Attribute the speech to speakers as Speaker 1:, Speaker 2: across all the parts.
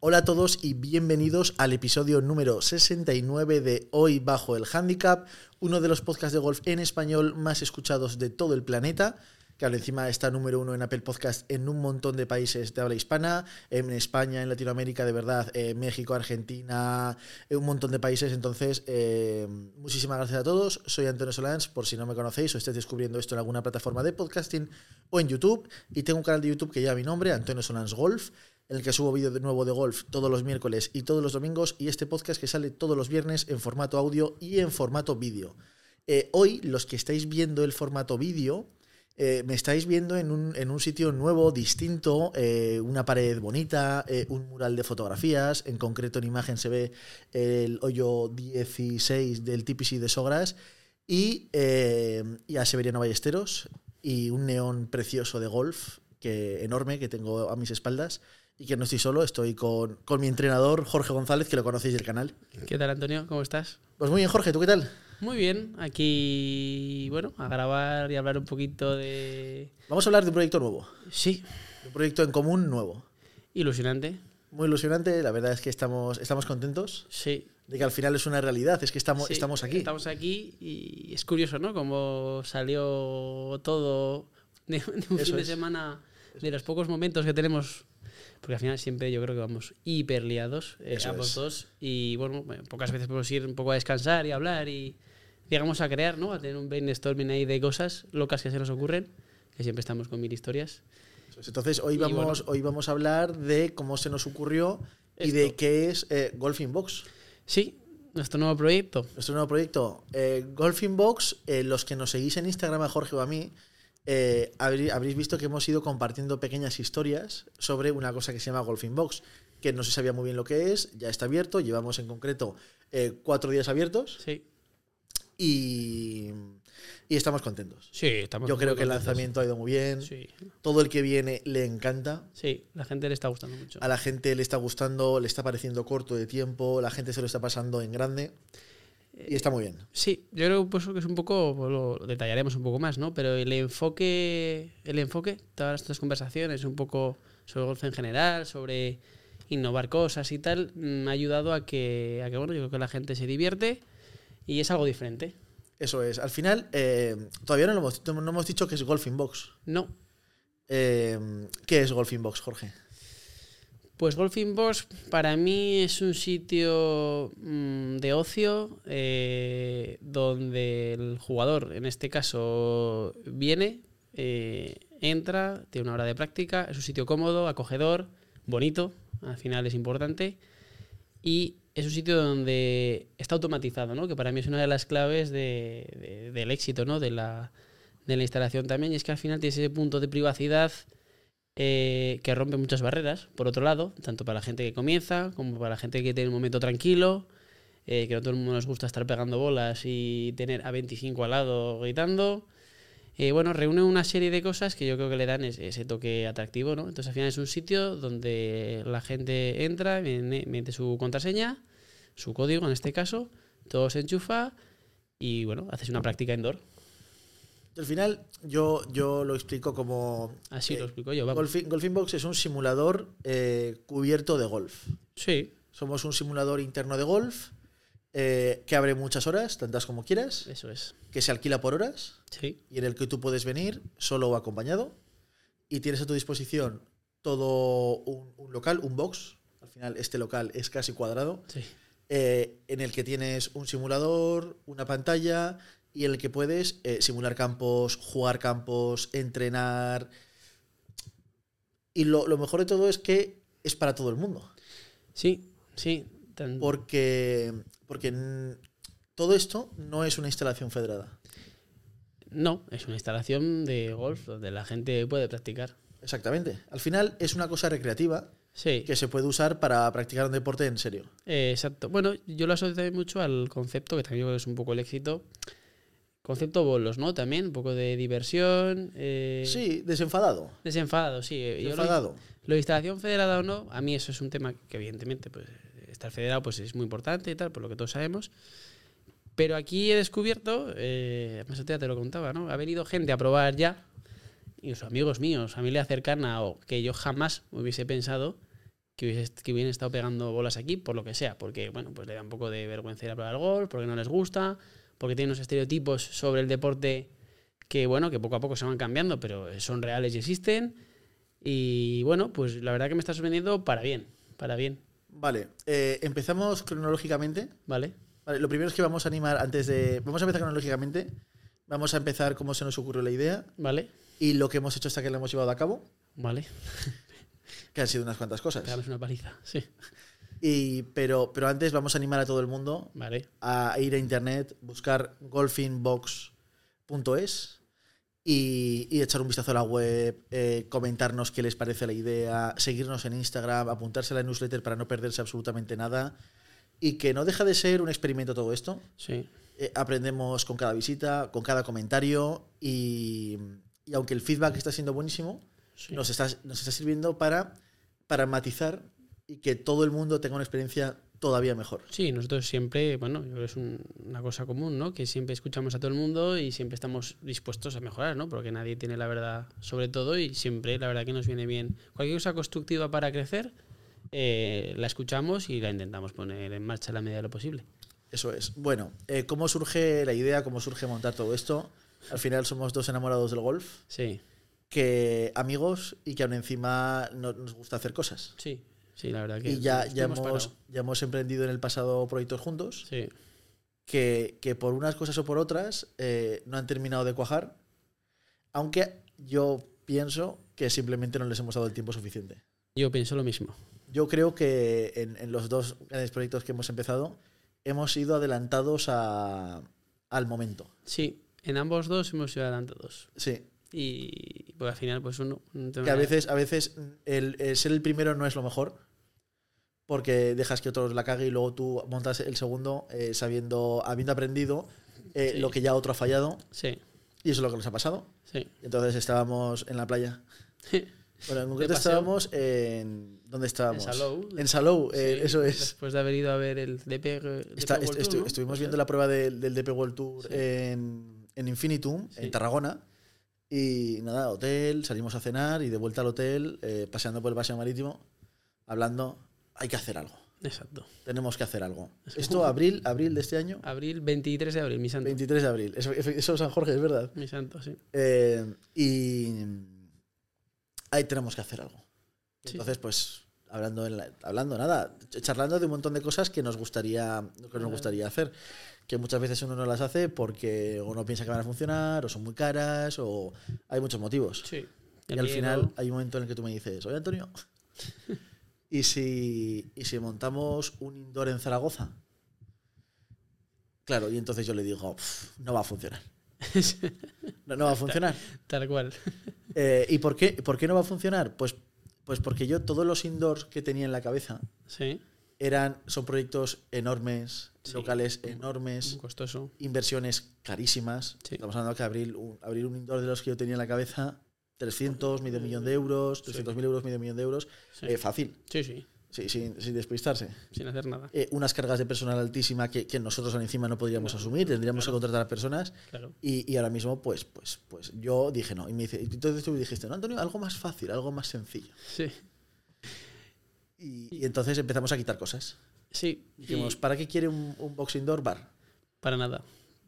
Speaker 1: Hola a todos y bienvenidos al episodio número 69 de Hoy Bajo el Handicap, uno de los podcasts de golf en español más escuchados de todo el planeta. Que ahora encima está número uno en Apple Podcast en un montón de países de habla hispana, en España, en Latinoamérica, de verdad, eh, México, Argentina, eh, un montón de países. Entonces, eh, muchísimas gracias a todos. Soy Antonio Solans, por si no me conocéis o estáis descubriendo esto en alguna plataforma de podcasting o en YouTube. Y tengo un canal de YouTube que lleva mi nombre, Antonio Solans Golf en el que subo vídeo de nuevo de golf todos los miércoles y todos los domingos, y este podcast que sale todos los viernes en formato audio y en formato vídeo. Eh, hoy, los que estáis viendo el formato vídeo, eh, me estáis viendo en un, en un sitio nuevo, distinto, eh, una pared bonita, eh, un mural de fotografías, en concreto en imagen se ve el hoyo 16 del TPC de Sogras, y, eh, y a Severiano Ballesteros, y un neón precioso de golf, que, enorme, que tengo a mis espaldas. Y que no estoy solo, estoy con, con mi entrenador Jorge González, que lo conocéis del canal.
Speaker 2: ¿Qué tal, Antonio? ¿Cómo estás?
Speaker 1: Pues muy bien, Jorge, ¿tú qué tal?
Speaker 2: Muy bien, aquí, bueno, a grabar y hablar un poquito de...
Speaker 1: Vamos a hablar de un proyecto nuevo,
Speaker 2: Sí,
Speaker 1: de un proyecto en común nuevo.
Speaker 2: ilusionante,
Speaker 1: Muy ilusionante, la verdad es que estamos, estamos contentos
Speaker 2: sí.
Speaker 1: de que al final es una realidad, es que estamos,
Speaker 2: Sí,
Speaker 1: estamos aquí.
Speaker 2: Estamos aquí y es curioso, ¿no? Cómo salió todo de, de un
Speaker 1: Eso
Speaker 2: fin de
Speaker 1: es.
Speaker 2: semana, de los pocos momentos que tenemos, porque al final siempre yo creo que vamos hiper liados, eh,
Speaker 1: Eso
Speaker 2: ambos
Speaker 1: es.
Speaker 2: dos, y bueno, bueno, pocas veces podemos ir un poco a descansar y a hablar y llegamos a crear, ¿no? A tener un brainstorming ahí de cosas locas que se nos ocurren, que siempre estamos con mil historias.
Speaker 1: Entonces hoy
Speaker 2: Y
Speaker 1: vamos,
Speaker 2: bueno.
Speaker 1: hoy vamos a hablar de cómo se nos ocurrió y de
Speaker 2: Esto.
Speaker 1: qué es eh, Golf in Box.
Speaker 2: Sí, nuestro nuevo proyecto.
Speaker 1: Nuestro nuevo proyecto, eh, Golf in Box, eh, los que nos seguís en Instagram a Jorge o a mí, eh, habrí- habréis visto que hemos ido compartiendo pequeñas historias sobre una cosa que se llama Golf in Box, que no se sabía muy bien lo que es, ya está abierto, llevamos en concreto eh, cuatro días abiertos
Speaker 2: Sí,
Speaker 1: y, y estamos contentos.
Speaker 2: sí, estamos.
Speaker 1: Yo creo
Speaker 2: muy
Speaker 1: que el
Speaker 2: contentos.
Speaker 1: lanzamiento ha ido muy bien,
Speaker 2: Sí,
Speaker 1: todo el que viene le encanta,
Speaker 2: sí, la gente le está gustando mucho.
Speaker 1: a la gente le está gustando, le está pareciendo corto de tiempo, la gente se lo está pasando en grande y está muy bien.
Speaker 2: Sí, yo creo pues, que es un poco, pues, lo lo detallaremos un poco más, ¿no? Pero el enfoque, el enfoque, todas estas conversaciones, un poco sobre golf en general, sobre innovar cosas y tal, mm, ha ayudado a que, a que, bueno, yo creo que la gente se divierte y es algo diferente.
Speaker 1: Eso es. Al final, eh, todavía no, lo hemos, no hemos dicho que es Golf in Box.
Speaker 2: No,
Speaker 1: Eh, ¿Qué es Golf in Box, Jorge?
Speaker 2: Pues Golfing Box para mí es un sitio mm, de ocio eh, donde el jugador, en este caso, viene, eh, entra, tiene una hora de práctica, es un sitio cómodo, acogedor, bonito, al final es importante, y es un sitio donde está automatizado, ¿no? que para mí es una de las claves de- de- del éxito ¿no? de, la, de la instalación también, y es que al final tienes ese punto de privacidad eh, que rompe muchas barreras, por otro lado, tanto para la gente que comienza como para la gente que tiene un momento tranquilo, eh, que no todo el mundo nos gusta estar pegando bolas y tener a 25 al lado gritando. Eh, bueno, reúne una serie de cosas que yo creo que le dan es- ese toque atractivo, ¿no? Entonces al final es un sitio donde la gente entra, viene- mete su contraseña, su código en este caso, todo se enchufa y bueno, haces una práctica indoor.
Speaker 1: Al final, yo, yo lo explico como.
Speaker 2: Así
Speaker 1: eh,
Speaker 2: lo explico yo, vamos.
Speaker 1: Golf in, Golf in Box es un simulador eh, cubierto de golf.
Speaker 2: Sí,
Speaker 1: Somos un simulador interno de golf eh, que abre muchas horas, tantas como quieras,
Speaker 2: eso es.
Speaker 1: que se alquila por horas.
Speaker 2: Sí,
Speaker 1: y en el que tú puedes venir solo o acompañado y tienes a tu disposición todo un, un local, un box. Al final este local es casi cuadrado,
Speaker 2: sí.
Speaker 1: eh, en el que tienes un simulador, una pantalla y en el que puedes eh, simular campos, jugar campos, entrenar. Y lo, lo mejor de todo es que es para todo el mundo.
Speaker 2: Sí, sí. tan-
Speaker 1: Porque, porque mm, todo esto no es una instalación federada.
Speaker 2: No, es una instalación de golf donde la gente puede practicar.
Speaker 1: Exactamente. Al final es una cosa recreativa
Speaker 2: Sí,
Speaker 1: que se puede usar para practicar un deporte en serio.
Speaker 2: eh, exacto. Bueno, yo lo asocio también mucho al concepto, que también creo que es un poco el éxito. Concepto bolos, ¿no? También, un poco de diversión. eh,
Speaker 1: Sí, desenfadado.
Speaker 2: Desenfadado, sí. eh, yo lo-
Speaker 1: Desenfadado.
Speaker 2: Lo de instalación federada o no, a mí eso es un tema que evidentemente pues, estar federado pues, es muy importante y tal, por lo que todos sabemos. Pero aquí he descubierto, eh, además otro día te lo contaba, ¿no? Ha venido gente a probar ya, y sus amigos míos, familia cercana o que yo jamás hubiese pensado que, hubiese- que hubieran estado pegando bolas aquí por lo que sea, porque bueno, pues le da un poco de vergüenza ir a probar el golf, porque no les gusta, porque tienen unos estereotipos sobre el deporte que bueno, que poco a poco se van cambiando, pero son reales y existen. Y bueno, pues la verdad que me está sorprendiendo para bien, para bien,
Speaker 1: Vale, eh, empezamos cronológicamente.
Speaker 2: ¿vale?
Speaker 1: Vale, lo primero es que vamos a animar antes de. Vamos a empezar cronológicamente. Vamos a empezar cómo se nos ocurrió la idea
Speaker 2: ¿Vale?
Speaker 1: y lo que hemos hecho hasta que la hemos llevado a cabo,
Speaker 2: ¿Vale?
Speaker 1: que han sido unas cuantas cosas.
Speaker 2: Pegamos una paliza, sí.
Speaker 1: Y, pero, pero antes vamos a animar a todo el mundo
Speaker 2: Vale,
Speaker 1: a ir a internet, buscar golfingbox.es y, y echar un vistazo a la web, eh, comentarnos qué les parece la idea, seguirnos en Instagram, apuntarse a la newsletter para no perderse absolutamente nada. Y que no deja de ser un experimento todo esto.
Speaker 2: sí.
Speaker 1: Eh, aprendemos con cada visita, con cada comentario y, y aunque el feedback está siendo buenísimo,
Speaker 2: sí.
Speaker 1: nos, está, nos está sirviendo para, para matizar y que todo el mundo tenga una experiencia todavía mejor.
Speaker 2: Sí, nosotros siempre, bueno, yo creo que es un- una cosa común, ¿no? Que siempre escuchamos a todo el mundo y siempre estamos dispuestos a mejorar, ¿no? Porque nadie tiene la verdad sobre todo y siempre la verdad que nos viene bien. Cualquier cosa constructiva para crecer, eh, la escuchamos y la intentamos poner en marcha en la medida de lo posible.
Speaker 1: Eso es. Bueno, eh, ¿cómo surge la idea? ¿Cómo surge montar todo esto? Al final somos dos enamorados del golf,
Speaker 2: Sí,
Speaker 1: que amigos y que aún encima no- nos gusta hacer cosas.
Speaker 2: sí, sí, la verdad que...
Speaker 1: Y ya,
Speaker 2: no
Speaker 1: ya,
Speaker 2: hemos
Speaker 1: hemos,
Speaker 2: parado.
Speaker 1: ya hemos emprendido en el pasado proyectos juntos,
Speaker 2: Sí,
Speaker 1: que, que por unas cosas o por otras eh, no han terminado de cuajar, aunque yo pienso que simplemente no les hemos dado el tiempo suficiente.
Speaker 2: yo pienso lo mismo.
Speaker 1: Yo creo que en, en los dos grandes proyectos que hemos empezado hemos ido adelantados a- al momento.
Speaker 2: Sí, en ambos dos hemos ido adelante dos.
Speaker 1: Sí,
Speaker 2: Y pues, al final, pues uno... no te
Speaker 1: que a
Speaker 2: va-
Speaker 1: veces, a veces el, el ser el primero no es lo mejor, porque dejas que otros la cague y luego tú montas el segundo eh, sabiendo, habiendo aprendido eh,
Speaker 2: Sí.
Speaker 1: lo que ya otro ha fallado,
Speaker 2: Sí,
Speaker 1: y eso es lo que nos ha pasado.
Speaker 2: sí.
Speaker 1: Entonces estábamos en la playa. Bueno, en concreto
Speaker 2: paseo.
Speaker 1: estábamos en. ¿Dónde estábamos?
Speaker 2: En Salou.
Speaker 1: En Salou, eh,
Speaker 2: Sí,
Speaker 1: eso es.
Speaker 2: Después de haber ido a ver el DP. DP
Speaker 1: Está-
Speaker 2: World
Speaker 1: est-
Speaker 2: Tour,
Speaker 1: estu-
Speaker 2: ¿no?
Speaker 1: Estuvimos
Speaker 2: Pues,
Speaker 1: viendo la prueba del, del DP World Tour
Speaker 2: Sí.
Speaker 1: en, en Infinitum,
Speaker 2: Sí.
Speaker 1: en Tarragona. Y nada, hotel, salimos a cenar y de vuelta al hotel, eh, paseando por el paseo marítimo, hablando, hay que hacer algo,
Speaker 2: Exacto.
Speaker 1: tenemos que hacer algo. Esto abril, abril de este año,
Speaker 2: Abril, 23 de abril, mi santo.
Speaker 1: 23 de abril, eso, eso es San Jorge, es verdad.
Speaker 2: Mi santo, sí.
Speaker 1: Eh, y ahí tenemos que hacer algo. Y
Speaker 2: Sí.
Speaker 1: Entonces, pues, hablando, en la- hablando nada, ch- charlando de un montón de cosas que nos gustaría, que nos gustaría hacer. Que muchas veces uno no las hace porque o no piensa que van a funcionar, o son muy caras, o hay muchos motivos.
Speaker 2: Sí.
Speaker 1: y
Speaker 2: El
Speaker 1: al
Speaker 2: miedo,
Speaker 1: final hay un momento en el que tú me dices, oye Antonio, ¿y si, ¿y si montamos un indoor en Zaragoza? Claro, y entonces yo le digo, "Pf, no va a funcionar. No, no va a funcionar.
Speaker 2: Tal cual.
Speaker 1: Eh, ¿Y por qué, por qué no va a funcionar? Pues, pues porque yo todos los indoors que tenía en la cabeza
Speaker 2: Sí.
Speaker 1: eran, son proyectos enormes,
Speaker 2: Sí.
Speaker 1: locales
Speaker 2: muy
Speaker 1: enormes,
Speaker 2: Costoso.
Speaker 1: inversiones carísimas.
Speaker 2: Sí.
Speaker 1: Estamos hablando que abrir un, abrir un indoor de los que yo tenía en la cabeza, 300, medio millón de euros, 300.000 euros, medio millón de euros,
Speaker 2: Sí.
Speaker 1: eh, fácil,
Speaker 2: sí, sí.
Speaker 1: sí, sin, sin despistarse.
Speaker 2: Sin hacer nada.
Speaker 1: Eh, unas cargas de personal altísima que, que nosotros encima no podríamos
Speaker 2: No,
Speaker 1: asumir, tendríamos que contratar a personas.
Speaker 2: Claro.
Speaker 1: Y, y ahora mismo, pues, pues, pues yo dije no. Y me dice, y entonces tú dijiste, no, Antonio, algo más fácil, algo más sencillo.
Speaker 2: Sí.
Speaker 1: Y, y entonces empezamos a quitar cosas.
Speaker 2: Sí. y
Speaker 1: Dijimos, ¿para qué quiere un, un boxing door bar?
Speaker 2: para nada.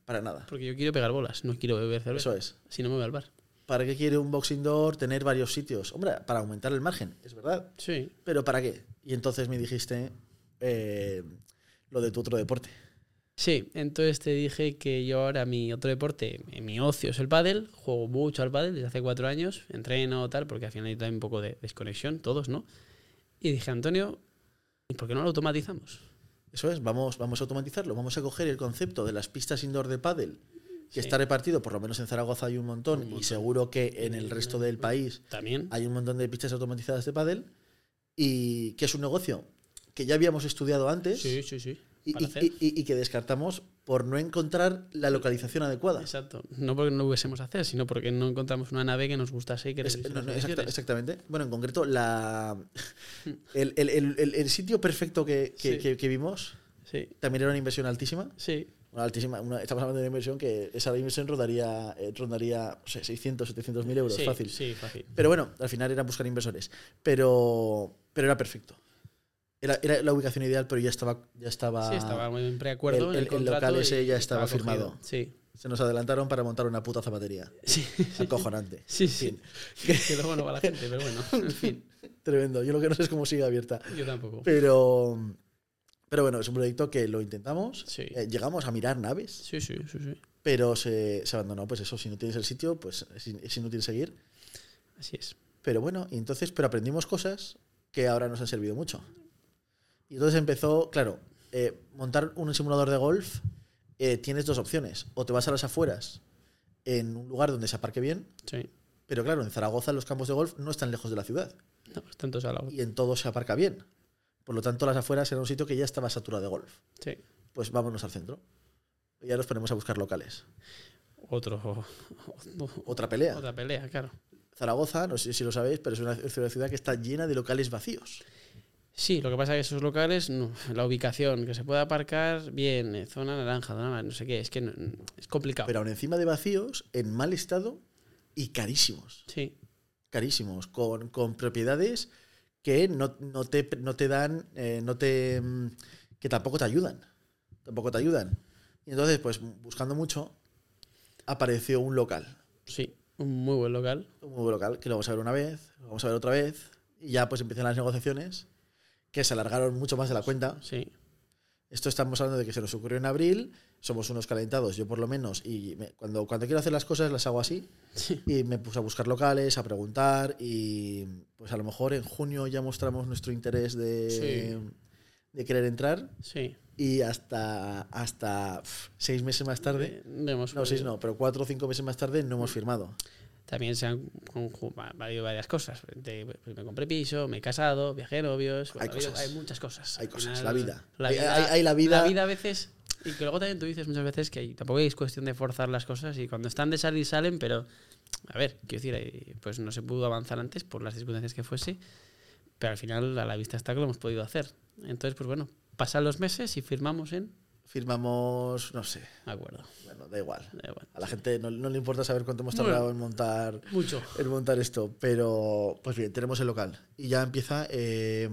Speaker 1: Para nada.
Speaker 2: Porque yo quiero pegar bolas. No quiero beber cerveza.
Speaker 1: Eso es.
Speaker 2: Si no me voy al bar.
Speaker 1: ¿Para qué quiere un boxing door tener varios sitios? Hombre, para aumentar el margen, es verdad.
Speaker 2: Sí.
Speaker 1: Pero ¿para qué? Y entonces me dijiste eh, lo de tu otro deporte.
Speaker 2: Sí, entonces te dije que yo ahora mi otro deporte, eh, mi ocio es el pádel, juego mucho al pádel desde hace cuatro años, entreno tal, porque al final hay también un poco de desconexión, todos, ¿no? Y dije, Antonio, ¿y por qué no lo automatizamos?
Speaker 1: Eso es, vamos, vamos a automatizarlo. Vamos a coger el concepto de las pistas indoor de pádel, que
Speaker 2: Sí.
Speaker 1: está repartido, por lo menos en Zaragoza hay un montón, y seguro que en el resto del país
Speaker 2: También.
Speaker 1: hay un montón de pistas automatizadas de pádel, y que es un negocio que ya habíamos estudiado antes.
Speaker 2: Sí, sí, sí.
Speaker 1: y,
Speaker 2: para
Speaker 1: y-
Speaker 2: hacer.
Speaker 1: y- y que descartamos por no encontrar la localización adecuada.
Speaker 2: Exacto. No porque no lo hubiésemos hacer, sino porque no encontramos una nave que nos gustase y que
Speaker 1: Es-
Speaker 2: nos
Speaker 1: no, no, exacta- exactamente. Bueno, en concreto, la, el, el- el- el- el sitio perfecto que, que-
Speaker 2: Sí.
Speaker 1: que- que vimos
Speaker 2: Sí,
Speaker 1: también era una inversión altísima.
Speaker 2: sí.
Speaker 1: Bueno, altísima una- estamos hablando de una inversión que esa inversión rodaría, eh, rondaría no sé, 600, 700 mil euros,
Speaker 2: sí,
Speaker 1: fácil.
Speaker 2: Sí, fácil.
Speaker 1: Pero bueno, al final eran buscar inversores. Pero, pero era perfecto. Era, era la ubicación ideal, pero ya estaba. Ya estaba
Speaker 2: Sí, estaba muy en
Speaker 1: el-
Speaker 2: preacuerdo. en
Speaker 1: el- el
Speaker 2: contrato
Speaker 1: local ese
Speaker 2: y
Speaker 1: ya estaba
Speaker 2: cogido.
Speaker 1: firmado.
Speaker 2: Sí.
Speaker 1: Se nos adelantaron para montar una puta zapatería.
Speaker 2: Sí,
Speaker 1: Acojonante.
Speaker 2: sí.
Speaker 1: fin.
Speaker 2: sí. que luego no va la gente, pero bueno, en fin.
Speaker 1: Tremendo. Yo lo que no sé es cómo sigue abierta.
Speaker 2: Yo tampoco.
Speaker 1: Pero, pero bueno, es un proyecto que lo intentamos.
Speaker 2: Sí.
Speaker 1: Eh, llegamos a mirar naves,
Speaker 2: Sí, sí, sí, sí.
Speaker 1: pero se, se abandonó. Pues eso, si no tienes el sitio, pues es, in- es inútil seguir.
Speaker 2: Así es.
Speaker 1: Pero bueno, y entonces, pero aprendimos cosas que ahora nos han servido mucho. Y entonces empezó, claro, eh, montar un simulador de golf, eh, tienes dos opciones. O te vas a las afueras, en un lugar donde se aparque bien,
Speaker 2: Sí.
Speaker 1: pero claro, en Zaragoza los campos de golf no están lejos de la ciudad.
Speaker 2: No, es tanto salado.
Speaker 1: y en todo se aparca bien. Por lo tanto, las afueras era un sitio que ya estaba saturado de golf.
Speaker 2: Sí.
Speaker 1: Pues vámonos al centro. Y ya nos ponemos a buscar locales.
Speaker 2: Otro.
Speaker 1: Otra pelea.
Speaker 2: Otra pelea, claro.
Speaker 1: Zaragoza, no sé si lo sabéis, pero es una es una ciudad que está llena de locales vacíos.
Speaker 2: Sí, lo que pasa es que esos locales, no, la ubicación, que se pueda aparcar bien, eh, zona naranja, zona mar- no sé qué, es que no- es complicado.
Speaker 1: Pero aún encima de vacíos, en mal estado y carísimos.
Speaker 2: sí,
Speaker 1: Carísimos. Con, con propiedades que no, no te, no te dan, eh, no te, mm, que tampoco te ayudan. Tampoco te ayudan. Y entonces, pues buscando mucho, apareció un local.
Speaker 2: sí, un muy buen local.
Speaker 1: un nuevo local, que lo vamos a ver una vez, lo vamos a ver otra vez, y ya pues empiezan las negociaciones, que se alargaron mucho más de la cuenta.
Speaker 2: Sí,
Speaker 1: Esto estamos hablando de que se nos ocurrió en abril, somos unos calentados, yo por lo menos, y me- cuando, cuando quiero hacer las cosas las hago así,
Speaker 2: sí,
Speaker 1: y me puse a buscar locales, a preguntar, y pues a lo mejor en junio ya mostramos nuestro interés de,
Speaker 2: Sí.
Speaker 1: de querer entrar,
Speaker 2: sí.
Speaker 1: y hasta, hasta pf, seis meses más tarde,
Speaker 2: Eh, no hemos
Speaker 1: no, seis
Speaker 2: podido.
Speaker 1: no, pero cuatro o cinco meses más tarde no hemos firmado.
Speaker 2: También se han conjugado varias cosas. De- pues me compré piso, me he casado, viajé novios.
Speaker 1: Hay
Speaker 2: ha habido-
Speaker 1: cosas.
Speaker 2: hay muchas cosas.
Speaker 1: Hay
Speaker 2: Al
Speaker 1: cosas,
Speaker 2: final,
Speaker 1: la vida.
Speaker 2: La
Speaker 1: Hay-
Speaker 2: vida,
Speaker 1: hay- hay la vida-
Speaker 2: La vida a veces. Y que luego también tú dices muchas veces que hay- tampoco es cuestión de forzar las cosas y cuando están de salir salen, pero a ver, quiero decir, eh, pues no se pudo avanzar antes por las circunstancias que fuese, pero al final a la vista está que lo hemos podido hacer. Entonces, pues bueno, pasan los meses y firmamos en
Speaker 1: Firmamos, no sé,
Speaker 2: acuerdo.
Speaker 1: bueno, da igual.
Speaker 2: Da igual.
Speaker 1: A la gente no, no le importa saber cuánto hemos
Speaker 2: Bueno.
Speaker 1: tardado en montar
Speaker 2: Mucho.
Speaker 1: en montar esto, pero pues bien, tenemos el local y ya empieza eh,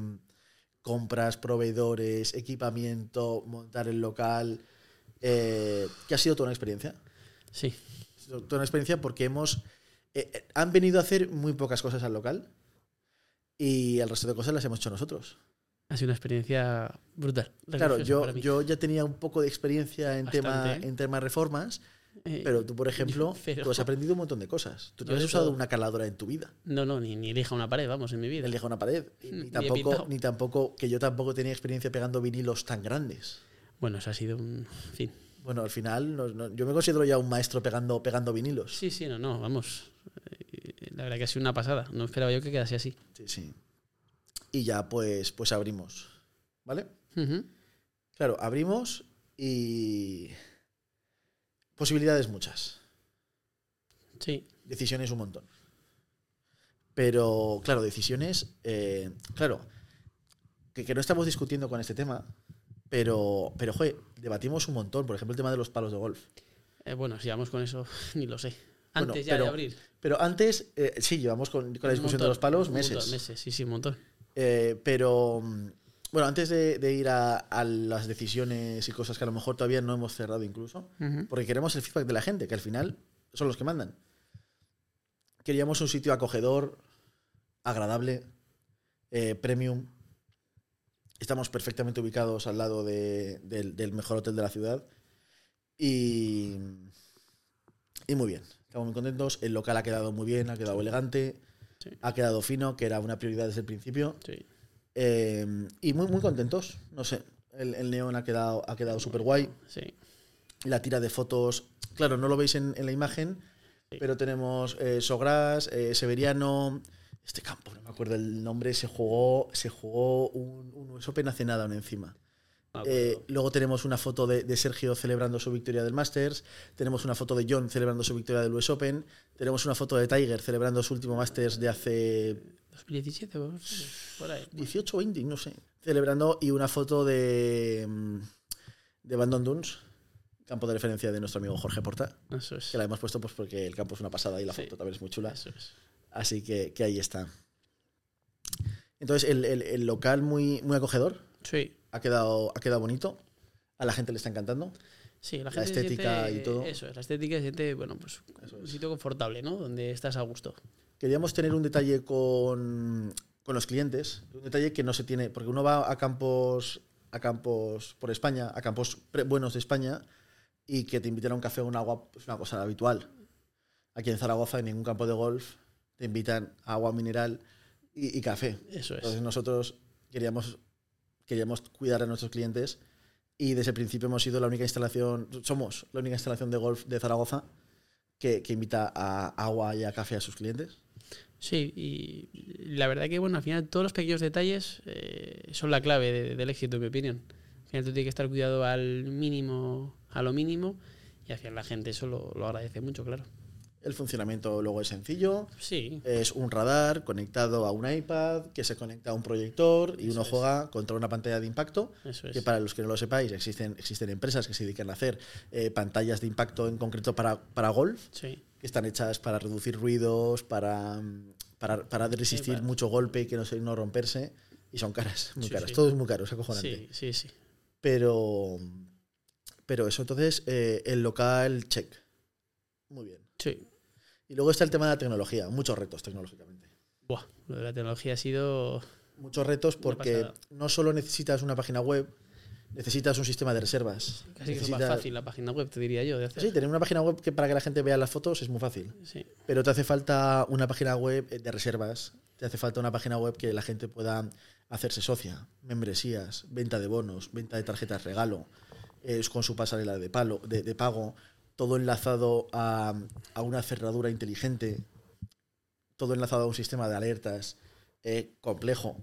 Speaker 1: compras, proveedores, equipamiento, montar el local, eh, que ha sido toda una experiencia.
Speaker 2: Sí,
Speaker 1: Ha sido Toda una experiencia porque hemos eh, eh, han venido a hacer muy pocas cosas al local y el resto de cosas las hemos hecho nosotros.
Speaker 2: ha sido una experiencia brutal.
Speaker 1: Claro,
Speaker 2: religiosa
Speaker 1: yo,
Speaker 2: para mí.
Speaker 1: yo ya tenía un poco de experiencia en tema
Speaker 2: Bastante, ¿eh?
Speaker 1: en tema reformas,
Speaker 2: Eh,
Speaker 1: Pero tú, por ejemplo,
Speaker 2: pero-
Speaker 1: tú has aprendido un montón de cosas. Tú no
Speaker 2: Yo
Speaker 1: has
Speaker 2: de
Speaker 1: usado
Speaker 2: todo.
Speaker 1: una caladora en tu vida.
Speaker 2: No, no, ni, ni elija una pared, vamos, en mi vida.
Speaker 1: Él deja una pared. Y
Speaker 2: Ni
Speaker 1: Ni
Speaker 2: he
Speaker 1: tampoco,
Speaker 2: Hmm, pintado.
Speaker 1: ni tampoco, que yo tampoco tenía experiencia pegando vinilos tan grandes.
Speaker 2: Bueno, eso ha sido un en fin.
Speaker 1: Bueno, al final, no- no- yo me considero ya un maestro pegando, pegando vinilos.
Speaker 2: Sí, sí, no, no, vamos. Eh, La verdad que ha sido una pasada. No esperaba yo que quedase así.
Speaker 1: Sí, sí. Y ya, pues, pues abrimos. ¿Vale?
Speaker 2: Ujú.
Speaker 1: Claro, abrimos y. Posibilidades muchas.
Speaker 2: Sí,
Speaker 1: Decisiones un montón. Pero, claro, decisiones. eh, claro, que, que no estamos discutiendo con este tema, pero, pero, joder, debatimos un montón. Por ejemplo, el tema de los palos de golf.
Speaker 2: Eh, bueno, si vamos con eso, ni lo sé.
Speaker 1: Bueno,
Speaker 2: Antes ya
Speaker 1: pero-
Speaker 2: de abrir.
Speaker 1: Pero antes, eh, sí, llevamos con, con la
Speaker 2: Un
Speaker 1: discusión
Speaker 2: montón,
Speaker 1: de los palos
Speaker 2: un
Speaker 1: meses.
Speaker 2: montón, meses, sí, sí, un montón.
Speaker 1: Eh, pero, mm, bueno, antes de, de ir a, a las decisiones y cosas que a lo mejor todavía no hemos cerrado incluso, porque queremos el feedback de la gente, que al final son los que mandan. Queríamos un sitio acogedor, agradable, eh, premium. Estamos perfectamente ubicados al lado de- del, del mejor hotel de la ciudad. Y, y muy bien, estamos muy contentos. El local ha quedado muy bien, ha quedado elegante,
Speaker 2: Sí.
Speaker 1: ha quedado fino, que era una prioridad desde el principio.
Speaker 2: Sí.
Speaker 1: Eh, y muy, muy contentos, no sé. El, el neón ha quedado, ha quedado súper guay
Speaker 2: Sí.
Speaker 1: la tira de fotos. Claro, no lo veis en, en la imagen, pero tenemos eh, Sogras, eh, Severiano. Este campo, no me acuerdo el nombre, se jugó, se jugó un, un US Open hace nada aún encima.
Speaker 2: Ah,
Speaker 1: Eh,
Speaker 2: bueno.
Speaker 1: luego tenemos una foto de, de Sergio celebrando su victoria del Masters. Tenemos una foto de John celebrando su victoria del US Open. Tenemos una foto de Tiger celebrando su último Masters de hace
Speaker 2: 2017, vamos, por ahí.
Speaker 1: 18 o 20, no sé. Celebrando y una foto de, mm, de Bandon Dunes, campo de referencia de nuestro amigo Jorge Porta
Speaker 2: Eso es.
Speaker 1: que la hemos puesto pues porque el campo es una pasada y la
Speaker 2: Sí.
Speaker 1: foto también es muy chula.
Speaker 2: Eso es.
Speaker 1: Así que, que ahí está. Entonces, el, el- el local muy, muy acogedor,
Speaker 2: Sí,
Speaker 1: ha quedado, ha quedado bonito, a la gente le está encantando.
Speaker 2: sí, la
Speaker 1: La
Speaker 2: gente se
Speaker 1: estética
Speaker 2: siente-
Speaker 1: y todo.
Speaker 2: Eso, es, la estética se siente, bueno, pues un sitio confortable, ¿no? Donde estás a gusto.
Speaker 1: Queríamos tener un detalle con, con los clientes, un detalle que no se tiene, porque uno va a campos, a campos por España, a campos pre- buenos de España, y que te invitan a un café o un agua es una cosa habitual. Aquí en Zaragoza, en ningún campo de golf, te invitan a agua mineral y, y café.
Speaker 2: Eso es.
Speaker 1: Entonces nosotros queríamos, queríamos cuidar a nuestros clientes y desde el principio hemos sido la única instalación, somos la única instalación de golf de Zaragoza que, que invita a agua y a café a sus clientes.
Speaker 2: Sí, y la verdad que, bueno, al final todos los pequeños detalles eh, son la clave de- del éxito, en mi opinión. Al final tú tienes que estar cuidado al mínimo, a lo mínimo, y al final la gente eso lo, lo agradece mucho, claro.
Speaker 1: El funcionamiento luego es sencillo.
Speaker 2: Sí,
Speaker 1: Es un radar conectado a un iPad que se conecta a un proyector y uno
Speaker 2: es.
Speaker 1: juega contra una pantalla de impacto.
Speaker 2: eso
Speaker 1: Que
Speaker 2: es.
Speaker 1: para los que no lo sepáis, existen, existen empresas que se dedican a hacer eh, pantallas de impacto en concreto para, para golf,
Speaker 2: Sí,
Speaker 1: que están hechas para reducir ruidos, para, mm, para, para resistir
Speaker 2: para-
Speaker 1: mucho golpe y que no, se- no romperse. Y son caras, muy
Speaker 2: Sí,
Speaker 1: caras.
Speaker 2: sí.
Speaker 1: Todo es muy caro, es acojonante.
Speaker 2: sí, sí, sí.
Speaker 1: Pero, pero eso, entonces, eh, el local, check. Muy bien.
Speaker 2: Sí.
Speaker 1: Y luego está el tema de la tecnología, muchos retos tecnológicamente.
Speaker 2: Buah, lo de la tecnología ha sido...
Speaker 1: Muchos retos
Speaker 2: Una
Speaker 1: porque
Speaker 2: pasada.
Speaker 1: no solo necesitas una página web, necesitas un sistema de reservas.
Speaker 2: Casi que es más
Speaker 1: Necesitas-
Speaker 2: fácil la página web, te diría yo, de hacer.
Speaker 1: Sí, tener una página web que para que la gente vea las fotos es muy fácil,
Speaker 2: Sí,
Speaker 1: pero te hace falta una página web eh, de reservas, te hace falta una página web que la gente pueda hacerse socia, membresías, venta de bonos, venta de tarjetas regalo, eh, con su pasarela de, palo, de, de pago, todo enlazado a, a una cerradura inteligente, todo enlazado a un sistema de alertas eh, complejo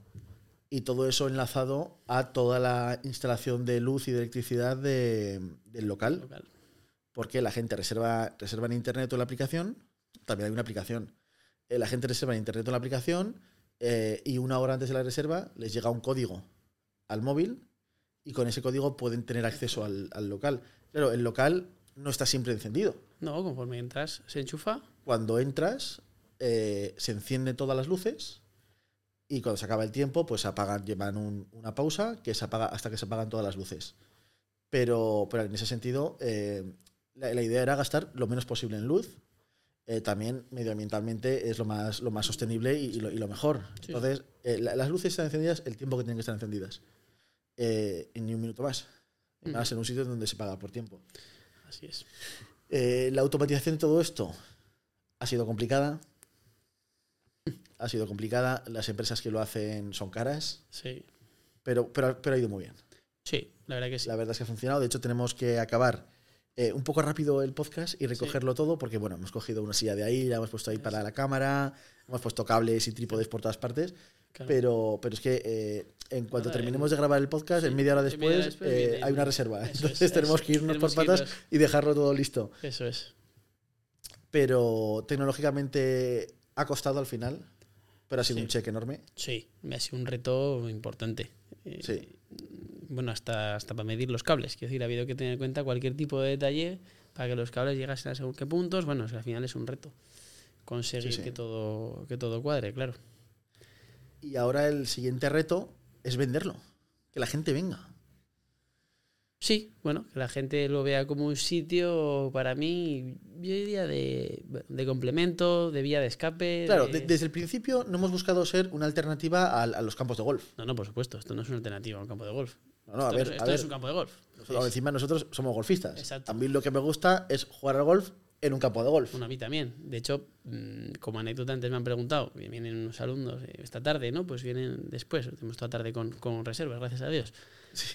Speaker 1: y todo eso enlazado a toda la instalación de luz y de electricidad de- del local
Speaker 2: local.
Speaker 1: porque la gente reserva, reserva en internet o en la aplicación, también hay una aplicación. Eh, La gente reserva en internet o en la aplicación eh, y una hora antes de la reserva les llega un código al móvil y con ese código pueden tener acceso al, al local. Claro, el local no está siempre encendido.
Speaker 2: No, conforme entras, se enchufa.
Speaker 1: Cuando entras, eh, se encienden todas las luces y cuando se acaba el tiempo, pues apagan, llevan un- una pausa que se apaga hasta que se apagan todas las luces. Pero, pero en ese sentido, eh, la, la idea era gastar lo menos posible en luz. Eh, también medioambientalmente es lo más, lo más sostenible y, y lo, y lo mejor.
Speaker 2: Sí.
Speaker 1: Entonces, eh, la- las luces están encendidas el tiempo que tienen que estar encendidas. Eh, y ni un minuto más. Y
Speaker 2: Mm.
Speaker 1: Más en un sitio donde se paga por tiempo.
Speaker 2: Así es.
Speaker 1: Eh, la automatización de todo esto ha sido complicada. Ha sido complicada. Las empresas que lo hacen son caras,
Speaker 2: Sí,
Speaker 1: pero, pero, pero ha ido muy bien.
Speaker 2: sí, la verdad que sí.
Speaker 1: La verdad es que ha funcionado. De hecho, tenemos que acabar eh, un poco rápido el podcast y recogerlo todo, porque bueno, hemos cogido una silla de ahí, la hemos puesto ahí para la cámara, hemos puesto cables y trípodes por todas partes.
Speaker 2: Claro.
Speaker 1: Pero, pero es que eh, en cuanto
Speaker 2: Nada,
Speaker 1: terminemos de grabar el podcast, en media hora
Speaker 2: en
Speaker 1: después,
Speaker 2: media hora después
Speaker 1: eh,
Speaker 2: viene-
Speaker 1: hay una reserva.
Speaker 2: Eso es,
Speaker 1: Entonces
Speaker 2: eso
Speaker 1: tenemos
Speaker 2: es.
Speaker 1: que irnos
Speaker 2: Tenemos
Speaker 1: por
Speaker 2: que
Speaker 1: patas
Speaker 2: irnos.
Speaker 1: y dejarlo todo listo.
Speaker 2: Eso es.
Speaker 1: pero tecnológicamente ha costado al final, pero ha sido
Speaker 2: Sí.
Speaker 1: un cheque enorme.
Speaker 2: Sí, me ha sido un reto importante. Eh,
Speaker 1: Sí.
Speaker 2: Bueno, hasta, hasta para medir los cables. Quiero decir, ha habido que tener en cuenta cualquier tipo de detalle para que los cables llegasen a según qué puntos. Bueno, o sea, al final es un reto conseguir
Speaker 1: Sí, sí.
Speaker 2: Que, todo, que todo cuadre, claro.
Speaker 1: Y ahora el siguiente reto es venderlo, que la gente venga.
Speaker 2: Sí, bueno, que la gente lo vea como un sitio para mí, yo diría, de, de complemento, de vía de escape.
Speaker 1: Claro,
Speaker 2: de-
Speaker 1: de- desde el principio no hemos buscado ser una alternativa al- a, los campos de golf.
Speaker 2: No, no, por supuesto, esto no es una alternativa a un campo de golf.
Speaker 1: No, no, a
Speaker 2: esto no
Speaker 1: ver,
Speaker 2: es-
Speaker 1: a
Speaker 2: esto no
Speaker 1: ver,
Speaker 2: es un campo de golf.
Speaker 1: nosotros- encima nosotros somos golfistas.
Speaker 2: Exacto.
Speaker 1: A mí lo que me gusta es jugar al golf en un campo de golf.
Speaker 2: Bueno, a mí también. De hecho, mm, como anécdota, antes me han preguntado, que vienen unos alumnos eh, esta tarde, ¿no? Pues vienen después, tenemos toda tarde con, con reservas, gracias a Dios.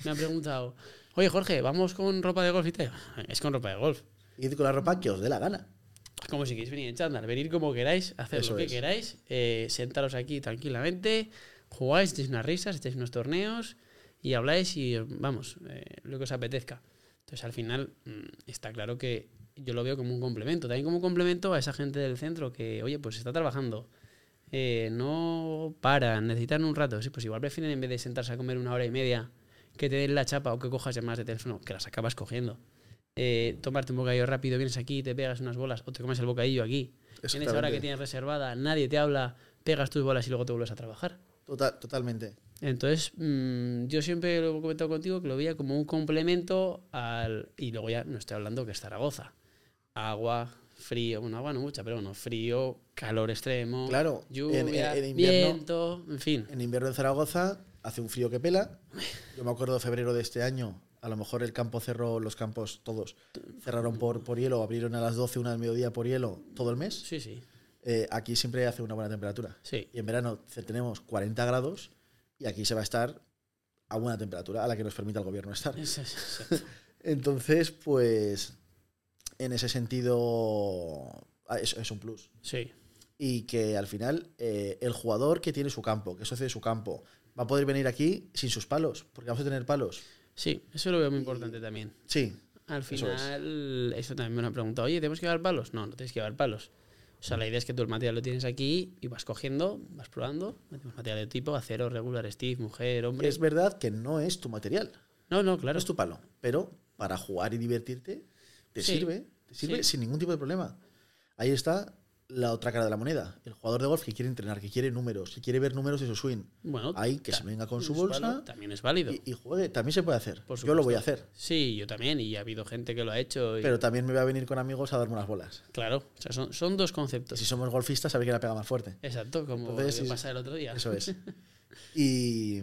Speaker 2: Me han preguntado, oye Jorge, ¿vamos con ropa de golf y tal? Es con ropa de golf.
Speaker 1: Id con la ropa que os dé la gana.
Speaker 2: Como si queréis venir en chándal, venir como queráis, hacer
Speaker 1: Eso
Speaker 2: lo que
Speaker 1: es.
Speaker 2: queráis, eh, sentaros aquí tranquilamente, jugáis, echáis unas risas, echáis unos torneos y habláis y os- vamos, eh, lo que os apetezca. Entonces al final mm, está claro que yo lo veo como un complemento, también como un complemento a esa gente del centro que, oye, pues está trabajando, eh, no para, necesitan un rato, sí, pues igual prefieren en vez de sentarse a comer una hora y media que te den la chapa o que cojas llamadas de teléfono, que las acabas cogiendo. Eh, tomarte un bocadillo rápido, vienes aquí, te pegas unas bolas o te comes el bocadillo aquí. En esa hora
Speaker 1: Exactamente.
Speaker 2: que tienes reservada, nadie te habla, pegas tus bolas y luego te vuelves a trabajar.
Speaker 1: Total- Tota-, totalmente.
Speaker 2: Entonces, mm, yo siempre lo he comentado contigo que lo veía como un complemento al. Y luego ya no estoy hablando que es Zaragoza. Agua, frío, bueno, agua no mucha, pero bueno, frío, calor extremo.
Speaker 1: Claro, en-
Speaker 2: lluvia,
Speaker 1: en- en invierno-
Speaker 2: viento, en fin.
Speaker 1: En invierno en Zaragoza hace un frío que pela. Yo me acuerdo de febrero de este año. A lo mejor el campo cerró, los campos todos cerraron por, por hielo, abrieron a las 12, una del mediodía por hielo todo el mes.
Speaker 2: Sí, sí,
Speaker 1: Eh, aquí siempre hace una buena temperatura.
Speaker 2: sí.
Speaker 1: Y en verano ce- tenemos 40 grados y aquí se va a estar a buena temperatura, a la que nos permita el gobierno estar.
Speaker 2: Es- es- es-
Speaker 1: Entonces, pues, en ese sentido, ah, es, es un plus.
Speaker 2: sí,
Speaker 1: Y que al final, eh, el jugador que tiene su campo, que es socio de su campo, va a poder venir aquí sin sus palos, porque vamos a tener palos.
Speaker 2: sí, eso lo veo muy importante también.
Speaker 1: Sí,
Speaker 2: Al
Speaker 1: Eso es.
Speaker 2: final, eso, también me lo han preguntado, oye, ¿tenemos que llevar palos? No, no tienes que llevar palos. O sea, la idea es que tú el material lo tienes aquí y vas cogiendo, vas probando. Tenemos material de tipo acero, regular, Steve, mujer, hombre.
Speaker 1: es verdad que no es tu material,
Speaker 2: No, no,
Speaker 1: no
Speaker 2: claro.
Speaker 1: es tu palo, pero para jugar y divertirte te
Speaker 2: Sí,
Speaker 1: sirve, te sirve
Speaker 2: sí.
Speaker 1: sin ningún tipo de problema. Ahí está la otra cara de la moneda, el jugador de golf que quiere entrenar, que quiere números, que quiere ver números de su swing.
Speaker 2: Bueno,
Speaker 1: Ahí que
Speaker 2: ta-
Speaker 1: se venga con su
Speaker 2: es válido,
Speaker 1: bolsa
Speaker 2: También es válido.
Speaker 1: y, y juegue, también se puede hacer.
Speaker 2: Por
Speaker 1: Yo lo voy a
Speaker 2: supuesto.
Speaker 1: hacer.
Speaker 2: Sí, yo también, y ha habido gente que lo ha hecho. y-
Speaker 1: Pero también me voy a venir con amigos a darme unas bolas.
Speaker 2: claro, o sea, son, son dos
Speaker 1: Y
Speaker 2: conceptos.
Speaker 1: si somos golfistas, sabe que la pega más fuerte.
Speaker 2: Exacto, como
Speaker 1: Entonces,
Speaker 2: lo que
Speaker 1: sí,
Speaker 2: pasa el otro día.
Speaker 1: Eso es. Y,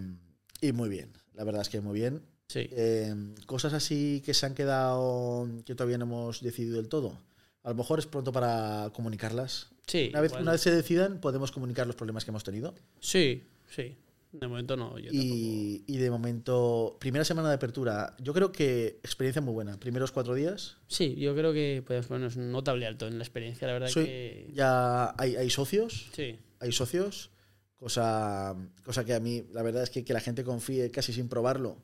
Speaker 1: y muy bien. La verdad es que muy bien.
Speaker 2: Sí.
Speaker 1: Eh, cosas así que se han quedado que todavía no hemos decidido del todo. A lo mejor es pronto para comunicarlas.
Speaker 2: Sí,
Speaker 1: Una vez,
Speaker 2: igual-
Speaker 1: una vez se decidan, podemos comunicar los problemas que hemos tenido.
Speaker 2: sí, sí. De momento no, yo tampoco.
Speaker 1: Y, y de momento, primera semana de apertura. Yo creo que experiencia muy buena. Primeros cuatro días.
Speaker 2: Sí, yo creo que podemos ponernos notable alto en la experiencia, la verdad
Speaker 1: Soy-
Speaker 2: que.
Speaker 1: Ya hay, hay socios.
Speaker 2: Sí,
Speaker 1: Hay socios. Cosa, cosa que a mí, la verdad es que que la gente confíe casi sin probarlo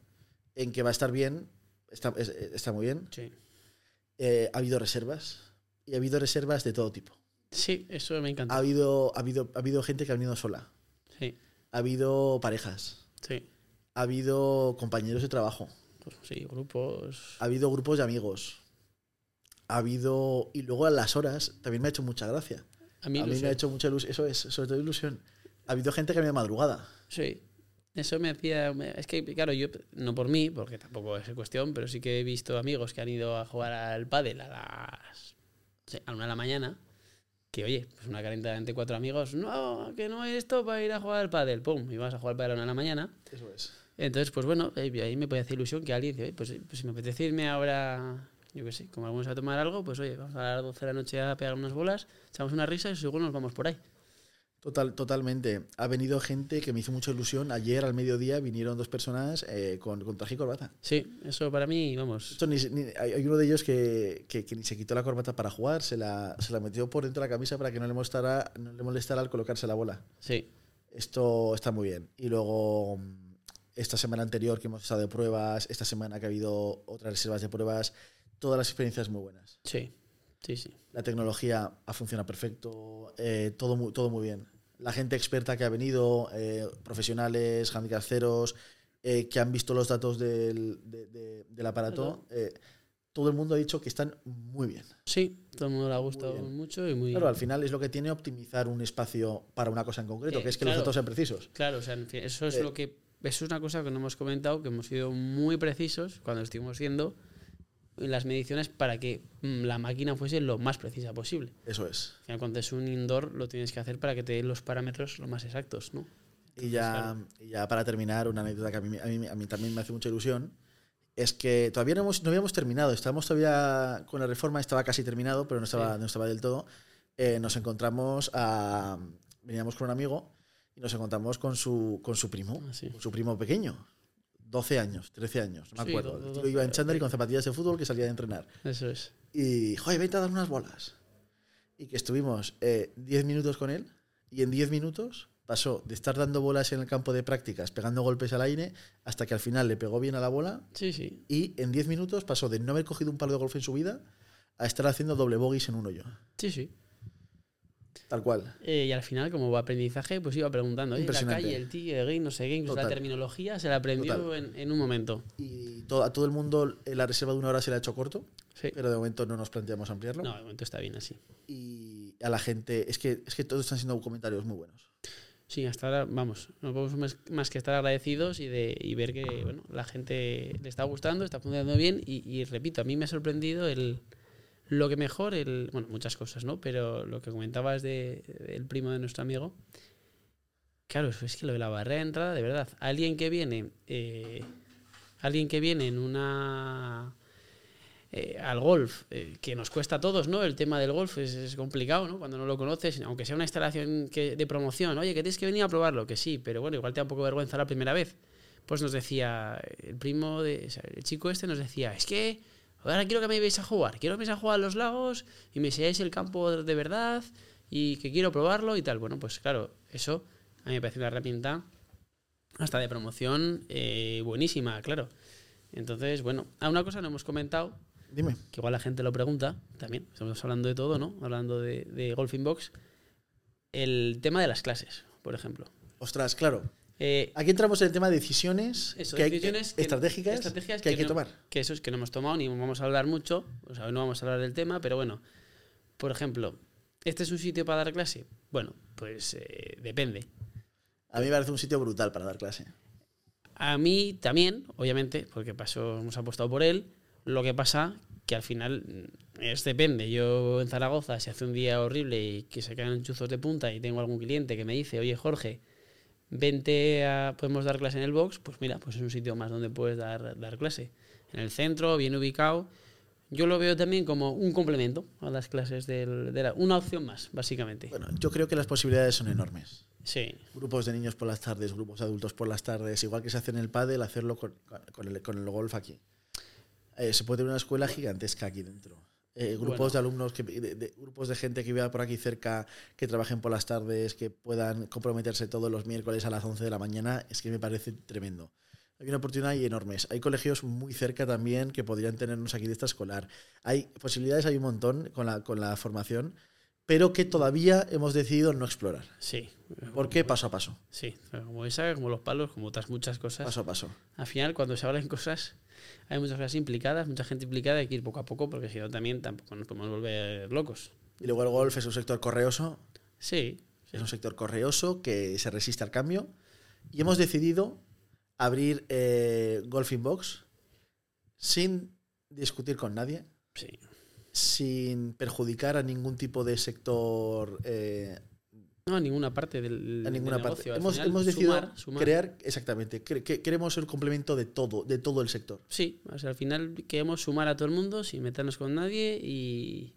Speaker 1: en que va a estar bien. Está, es- está muy bien.
Speaker 2: sí.
Speaker 1: Eh, ha habido reservas. Y ha habido reservas de todo tipo.
Speaker 2: Sí, eso me
Speaker 1: Ha
Speaker 2: encanta.
Speaker 1: habido, ha habido, ha habido gente que ha venido sola.
Speaker 2: Sí,
Speaker 1: Ha habido parejas.
Speaker 2: sí.
Speaker 1: Ha habido compañeros de trabajo.
Speaker 2: Pues sí, grupos.
Speaker 1: Ha habido grupos de amigos. Ha habido. Y luego a las horas también me ha hecho mucha gracia.
Speaker 2: A mí,
Speaker 1: a mí me
Speaker 2: ilusión.
Speaker 1: ha hecho mucha ilusión. Eso es, sobre todo ilusión. Ha habido gente que me de madrugada.
Speaker 2: Sí. Eso me hacía. me- Es que, claro, yo, no por mí, porque tampoco es cuestión, pero sí que he visto amigos que han ido a jugar al pádel a las. no sé, a una de la mañana. Que oye, pues una calentada entre cuatro amigos. No, que no hay esto para ir a jugar al pádel. Pum, y vas a jugar al pádel a la una de la mañana.
Speaker 1: Eso es.
Speaker 2: Entonces, pues bueno, eh, ahí me puede hacer ilusión que alguien dice, "Oye, pues, eh, pues si me apetece irme ahora, yo qué sé, como vamos a tomar algo, pues oye, vamos a las 12 de la noche a pegar unas bolas, echamos una risa y seguro nos vamos por ahí.
Speaker 1: Total, totalmente. Ha venido gente que me hizo mucha ilusión. Ayer al mediodía vinieron dos personas eh, con, con traje y corbata.
Speaker 2: Sí, eso para mí, vamos.
Speaker 1: Esto ni se- ni- hay hay uno de ellos que, que- que ni se quitó la corbata para jugar, se la, se la metió por dentro de la camisa para que no le molestara, no le molestara al colocarse la bola.
Speaker 2: Sí,
Speaker 1: Esto está muy bien. Y luego, mm, esta semana anterior que hemos estado de pruebas, esta semana que ha habido otras reservas de pruebas, todas las experiencias muy buenas.
Speaker 2: sí, sí, sí.
Speaker 1: La tecnología ha funcionado perfecto, eh, todo, muy, todo muy bien. La gente experta que ha venido, eh, profesionales, handicaceros, eh, que han visto los datos del, de- de- del aparato, eh, todo el mundo ha dicho que están muy bien.
Speaker 2: Sí, todo el mundo le ha gustado
Speaker 1: bien.
Speaker 2: mucho y muy...
Speaker 1: Claro, al final es lo que tiene optimizar un espacio para una cosa en concreto,
Speaker 2: Eh,
Speaker 1: que es que
Speaker 2: claro.
Speaker 1: los datos sean precisos.
Speaker 2: Claro, o sea, en fin, eso es
Speaker 1: Eh.
Speaker 2: lo que... Eso es una cosa que no hemos comentado, que hemos sido muy precisos cuando estuvimos siendo las mediciones para que mm, la máquina fuese lo más precisa posible.
Speaker 1: Eso es.
Speaker 2: Al final, cuando es un indoor, lo tienes que hacer para que te den los parámetros lo más exactos, ¿no?
Speaker 1: Y ya, y ya para terminar, una anécdota que a mí, a mí- a mí también me hace mucha ilusión, es que todavía no, hemos- no habíamos terminado, estábamos todavía con la reforma, estaba casi terminado, pero no estaba,
Speaker 2: Sí.
Speaker 1: no estaba del todo. Eh, nos encontramos, a, veníamos con un amigo y nos encontramos con su, con su primo,
Speaker 2: Ah, sí.
Speaker 1: con su primo pequeño, 12 años, 13 años, no me
Speaker 2: Sí,
Speaker 1: acuerdo.
Speaker 2: do-
Speaker 1: El
Speaker 2: do-
Speaker 1: tío
Speaker 2: doce,
Speaker 1: iba en chándal y
Speaker 2: ok.
Speaker 1: con zapatillas de fútbol que salía de entrenar.
Speaker 2: Eso es.
Speaker 1: Y, joder, vete a dar unas bolas. Y que estuvimos eh, 10 minutos con él y en 10 minutos pasó de estar dando bolas en el campo de prácticas, pegando golpes al aire, hasta que al final le pegó bien a la bola
Speaker 2: Sí, sí.
Speaker 1: y en 10 minutos pasó de no haber cogido un palo de golf en su vida a estar haciendo doble bogies en un hoyo.
Speaker 2: Sí, sí.
Speaker 1: Tal cual.
Speaker 2: Eh, y al final, como aprendizaje, pues iba preguntando. Oye, la
Speaker 1: Impresionante.
Speaker 2: calle, el tigre, el gay, no sé qué, incluso la
Speaker 1: Total.
Speaker 2: terminología se la aprendió
Speaker 1: Total.
Speaker 2: en, en un momento.
Speaker 1: Y to- a todo el mundo eh, la reserva de una hora se la ha hecho corto,
Speaker 2: Sí.
Speaker 1: pero de momento no nos planteamos ampliarlo.
Speaker 2: No, de momento está bien así.
Speaker 1: Y a la gente, es que, es que todos están siendo comentarios muy buenos.
Speaker 2: Sí, hasta ahora, vamos, no podemos más, más que estar agradecidos y, de, y ver que bueno, la gente le está gustando, está funcionando bien y, y repito, a mí me ha sorprendido el, lo que mejor, el, bueno, muchas cosas, ¿no? Pero lo que comentabas de, del primo de nuestro amigo, claro, es que lo de la barrera de entrada, de verdad, alguien que viene, eh, alguien que viene en una... Eh, al golf, eh, que nos cuesta a todos, ¿no? El tema del golf es, es complicado, ¿no? Cuando no lo conoces, aunque sea una instalación que, de promoción, oye, que tienes que venir a probarlo, que sí, pero bueno, igual te da un poco de vergüenza la primera vez. Pues nos decía, el primo, de, o sea, el chico este nos decía, es que ahora quiero que me veáis a jugar, quiero que me vais a jugar a los lagos y me enseñáis el campo de verdad y que quiero probarlo y tal. Bueno, pues claro, eso a mí me parece una herramienta hasta de promoción eh, buenísima, claro. Entonces, bueno, a una cosa no hemos comentado,
Speaker 1: Dime.
Speaker 2: que igual la gente lo pregunta también, estamos hablando de todo, ¿no? Hablando de, de Golfing Box, el tema de las clases, por ejemplo.
Speaker 1: Ostras, claro.
Speaker 2: Eh,
Speaker 1: Aquí entramos en el tema de decisiones,
Speaker 2: eso,
Speaker 1: que hay-
Speaker 2: decisiones que-
Speaker 1: estratégicas, que hay que
Speaker 2: no-
Speaker 1: tomar.
Speaker 2: Que eso es que no hemos tomado ni vamos a hablar mucho, o sea, hoy no vamos a hablar del tema, pero bueno, por ejemplo, ¿este es un sitio para dar clase? Bueno, pues eh, depende.
Speaker 1: A mí me parece un sitio brutal para dar clase.
Speaker 2: A mí también, obviamente, porque pasó, hemos apostado por él. Lo que pasa que al final mm, es depende. Yo en Zaragoza, si hace un día horrible y que se caen chuzos de punta y tengo algún cliente que me dice, oye Jorge, vente a, podemos dar clase en el box, pues mira, pues es un sitio más donde puedes dar, dar clase. En el centro, bien ubicado. Yo lo veo también como un complemento a las clases del- de la, una opción más, básicamente.
Speaker 1: Bueno, yo creo que las posibilidades son enormes.
Speaker 2: Sí,
Speaker 1: Grupos de niños por las tardes, grupos de adultos por las tardes, igual que se hace en el pádel, hacerlo con, con el, con el golf aquí. Eh, se puede tener una escuela gigantesca aquí dentro. Eh, grupos
Speaker 2: Bueno.
Speaker 1: de alumnos, que, de- de- grupos de gente que viva por aquí cerca, que trabajen por las tardes, que puedan comprometerse todos los miércoles a las 11 de la mañana, es que me parece tremendo. Hay una oportunidad y enormes. Hay colegios muy cerca también que podrían tenernos aquí de esta escolar. Hay posibilidades, hay un montón con la, con la formación, pero que todavía hemos decidido no explorar.
Speaker 2: sí.
Speaker 1: ¿Por qué? Paso a paso.
Speaker 2: Sí, como esa, como los palos, como otras muchas cosas.
Speaker 1: Paso a paso.
Speaker 2: Al final, cuando se hablan cosas, hay muchas cosas implicadas, mucha gente implicada, hay que ir poco a poco, porque si no también tampoco nos podemos volver locos.
Speaker 1: Y luego el golf es un sector correoso,
Speaker 2: Sí, sí.
Speaker 1: es un sector correoso que se resiste al cambio. Y hemos decidido abrir eh, Golfing Box sin discutir con nadie,
Speaker 2: sí.
Speaker 1: sin perjudicar a ningún tipo de sector, eh,
Speaker 2: No, a ninguna parte del,
Speaker 1: a
Speaker 2: del
Speaker 1: ninguna parte.
Speaker 2: negocio. Al
Speaker 1: Hemos,
Speaker 2: final,
Speaker 1: hemos decidido
Speaker 2: sumar, sumar.
Speaker 1: crear, exactamente, cre- que- queremos el complemento de todo, de todo el sector.
Speaker 2: Sí, o sea, al final queremos sumar a todo el mundo sin meternos con nadie y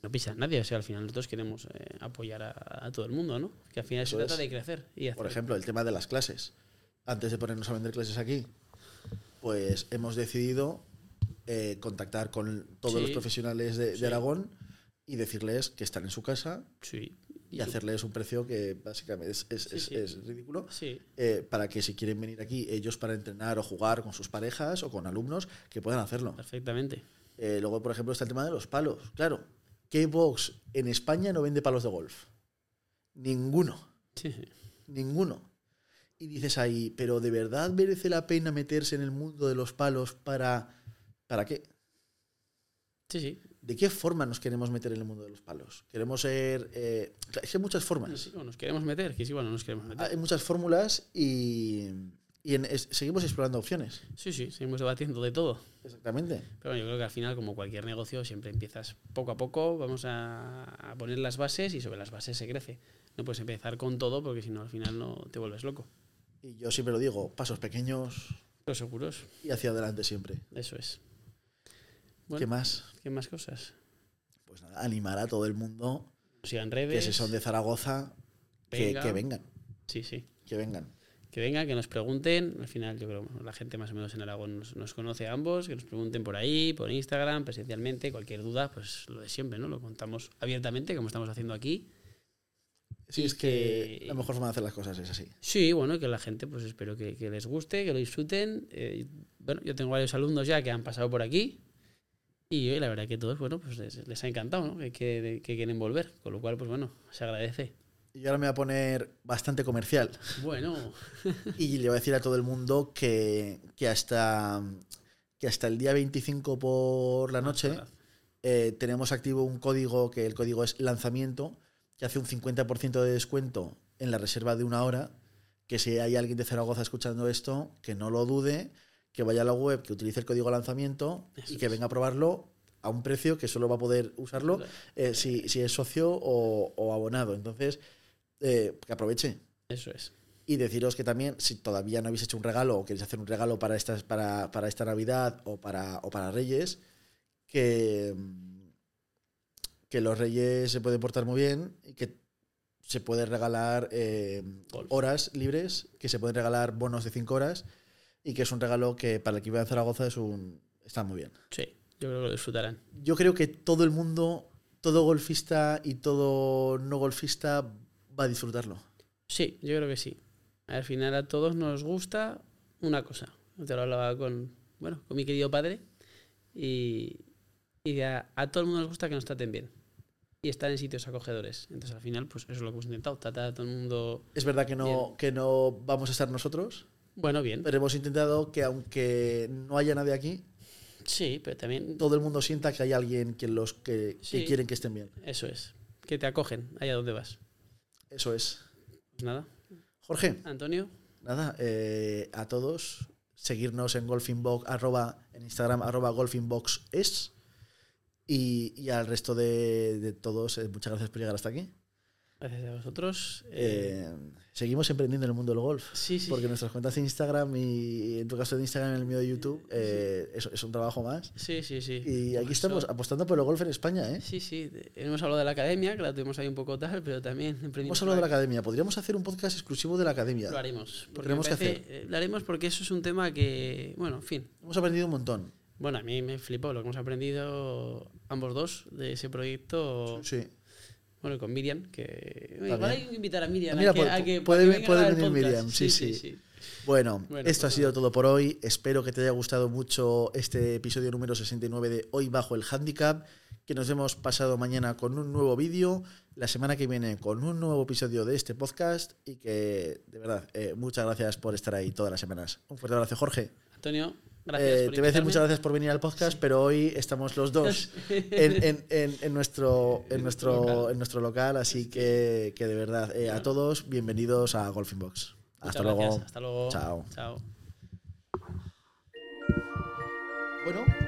Speaker 2: no pisar a nadie. O sea, al final nosotros queremos eh, apoyar a, a todo el mundo, ¿no? Que al final
Speaker 1: Eso
Speaker 2: se trata
Speaker 1: es.
Speaker 2: de crecer y hacer.
Speaker 1: Por ejemplo, el tema de las clases. Antes de ponernos a vender clases aquí, pues hemos decidido eh, contactar con todos
Speaker 2: Sí.
Speaker 1: los profesionales de, de
Speaker 2: Sí.
Speaker 1: Aragón y decirles que están en su casa
Speaker 2: Sí.
Speaker 1: y hacerles un precio que básicamente es, es-
Speaker 2: Sí,
Speaker 1: es-
Speaker 2: sí.
Speaker 1: es ridículo.
Speaker 2: Sí,
Speaker 1: eh, para que si quieren venir aquí ellos para entrenar o jugar con sus parejas o con alumnos, que puedan hacerlo.
Speaker 2: perfectamente.
Speaker 1: Eh, luego, por ejemplo, está el tema de los palos. Claro, ¿qué box en España no vende palos de golf? Ninguno.
Speaker 2: Sí, sí.
Speaker 1: Ninguno. Y dices ahí, pero ¿de verdad merece la pena meterse en el mundo de los palos para... ¿Para qué?
Speaker 2: Sí, sí.
Speaker 1: ¿De qué forma nos queremos meter en el mundo de los palos? Queremos ser... eh, es que hay muchas
Speaker 2: No
Speaker 1: formas.
Speaker 2: sé, o nos queremos meter, que sí, bueno, nos queremos meter.
Speaker 1: Hay muchas fórmulas y, y en- es- seguimos explorando opciones.
Speaker 2: Sí, sí, seguimos debatiendo de todo.
Speaker 1: Exactamente.
Speaker 2: Pero bueno, yo creo que al final, como cualquier negocio, siempre empiezas poco a poco, vamos a, a poner las bases y sobre las bases se crece. No puedes empezar con todo porque si no, al final no te vuelves loco.
Speaker 1: Y yo siempre lo digo, pasos pequeños
Speaker 2: Los seguros,
Speaker 1: y hacia adelante siempre.
Speaker 2: eso es.
Speaker 1: ¿Qué
Speaker 2: Bueno,
Speaker 1: más?
Speaker 2: ¿qué más cosas?
Speaker 1: Pues nada, animar a todo el mundo
Speaker 2: Nos sigan
Speaker 1: que
Speaker 2: redes.
Speaker 1: si son de Zaragoza, que-
Speaker 2: venga.
Speaker 1: que vengan,
Speaker 2: Sí, sí.
Speaker 1: que vengan.
Speaker 2: que vengan, que nos pregunten. Al final, yo creo bueno, la gente más o menos en Aragón nos, nos conoce a ambos, que nos pregunten por ahí, por Instagram, presencialmente, cualquier duda, pues lo de siempre, ¿no? Lo contamos abiertamente, como estamos haciendo aquí.
Speaker 1: Si
Speaker 2: Y
Speaker 1: es que,
Speaker 2: que-
Speaker 1: la mejor forma de hacer las cosas es así.
Speaker 2: Sí, bueno, que la gente, pues espero que, que les guste, que lo disfruten. Eh, bueno, yo tengo varios alumnos ya que han pasado por aquí. Y eh, la verdad que todos, bueno, pues les, les ha encantado, ¿no? Que, que- que quieren volver. Con lo cual, pues bueno, se agradece.
Speaker 1: Y ahora me voy a poner bastante comercial
Speaker 2: Bueno,
Speaker 1: y le voy a decir a todo el mundo que, que hasta, que hasta el día 25 por la noche
Speaker 2: verdad.
Speaker 1: eh, tenemos activo un código que el código es lanzamiento, que hace un 50% de descuento en la reserva de una hora, que si hay alguien de Zaragoza escuchando esto, que no lo dude, que vaya a la web, que utilice el código de lanzamiento
Speaker 2: Eso
Speaker 1: y que
Speaker 2: es.
Speaker 1: venga a probarlo a un precio que solo va a poder usarlo
Speaker 2: Claro.
Speaker 1: eh, si, si es socio o, o abonado. Entonces, eh, que aproveche.
Speaker 2: Eso es.
Speaker 1: Y deciros que también, si todavía no habéis hecho un regalo o queréis hacer un regalo para, estas, para, para esta Navidad o para, o para Reyes, que, mm, que los Reyes se pueden portar muy bien y que se puede regalar eh,
Speaker 2: Golf.
Speaker 1: horas libres, que se pueden regalar bonos de 5 horas y que es un regalo que para el que vive en Zaragoza es un, está muy bien.
Speaker 2: Sí, yo creo que lo disfrutarán.
Speaker 1: Yo creo que todo el mundo, todo golfista y todo no golfista va a disfrutarlo.
Speaker 2: Sí, yo creo que sí. Al final a todos nos gusta una cosa. Te lo hablaba con, bueno, con mi querido padre. Y, y a, a todo el mundo nos gusta que nos traten bien. Y estar en sitios acogedores. Entonces al final, pues eso es lo que hemos intentado. Tratar a todo el mundo,
Speaker 1: Es verdad que no,
Speaker 2: Bien.
Speaker 1: que no vamos a estar nosotros,
Speaker 2: bueno, bien.
Speaker 1: pero hemos intentado que aunque no haya nadie aquí,
Speaker 2: Sí, pero también
Speaker 1: todo el mundo sienta que hay alguien que los que, que
Speaker 2: Sí.
Speaker 1: quieren que estén bien.
Speaker 2: eso es. Que te acogen allá donde vas.
Speaker 1: Eso es.
Speaker 2: Pues nada,
Speaker 1: Jorge,
Speaker 2: Antonio,
Speaker 1: nada, eh, a todos, seguirnos en golfinbox, arroba, en Instagram, arroba golfinbox es. Y, y al resto de, de todos, eh, muchas gracias por llegar hasta aquí.
Speaker 2: gracias a vosotros. Eh,
Speaker 1: Eh, seguimos emprendiendo en el mundo del golf.
Speaker 2: sí, sí.
Speaker 1: Porque nuestras cuentas de Instagram y en tu caso de Instagram, en el mío de YouTube, eh, es- es un trabajo más.
Speaker 2: sí, sí, sí.
Speaker 1: Y aquí
Speaker 2: Eso-
Speaker 1: estamos apostando por el golf en España, ¿eh?
Speaker 2: Sí, sí, de- hemos hablado de la academia, que la tuvimos ahí un poco tal, pero también emprendimos.
Speaker 1: Hemos hablado de la academia. Podríamos hacer un podcast exclusivo de la academia.
Speaker 2: Lo haremos. Porque
Speaker 1: tenemos
Speaker 2: me
Speaker 1: que
Speaker 2: parece- eh, Lo haremos porque eso es un tema que, bueno, en fin.
Speaker 1: Hemos aprendido un montón.
Speaker 2: Bueno, a mí me flipó lo que hemos aprendido ambos dos de ese proyecto.
Speaker 1: Sí.
Speaker 2: Bueno, y con Miriam, que. Oye,
Speaker 1: Está
Speaker 2: Igual
Speaker 1: bien.
Speaker 2: hay que invitar a Miriam.
Speaker 1: Mira, pues,
Speaker 2: a que,
Speaker 1: pu- pu-
Speaker 2: a que- para que
Speaker 1: puede-
Speaker 2: venga a
Speaker 1: puede
Speaker 2: grabar el
Speaker 1: venir
Speaker 2: podcast.
Speaker 1: Miriam, sí, sí. Bueno,
Speaker 2: Bueno,
Speaker 1: esto ha
Speaker 2: pues
Speaker 1: sido
Speaker 2: nada.
Speaker 1: todo por hoy. Espero que te haya gustado mucho este episodio número 69 de Hoy Bajo el Handicap. Que nos hemos pasado mañana con un nuevo vídeo, la semana que viene con un nuevo episodio de este podcast. Y que, de verdad, eh, muchas gracias por estar ahí todas las semanas. Un fuerte abrazo, Jorge.
Speaker 2: Antonio, gracias.
Speaker 1: Eh, te voy a
Speaker 2: por
Speaker 1: decir
Speaker 2: invitarme.
Speaker 1: muchas gracias por venir al podcast, pero hoy estamos los dos en, en- en- en nuestro, en, nuestro, en nuestro local, así que, que de verdad, eh, a todos, bienvenidos a Golfing Box.
Speaker 2: Muchas
Speaker 1: Hasta
Speaker 2: gracias,
Speaker 1: luego.
Speaker 2: Hasta luego.
Speaker 1: Chao.
Speaker 2: Chao.
Speaker 1: Bueno.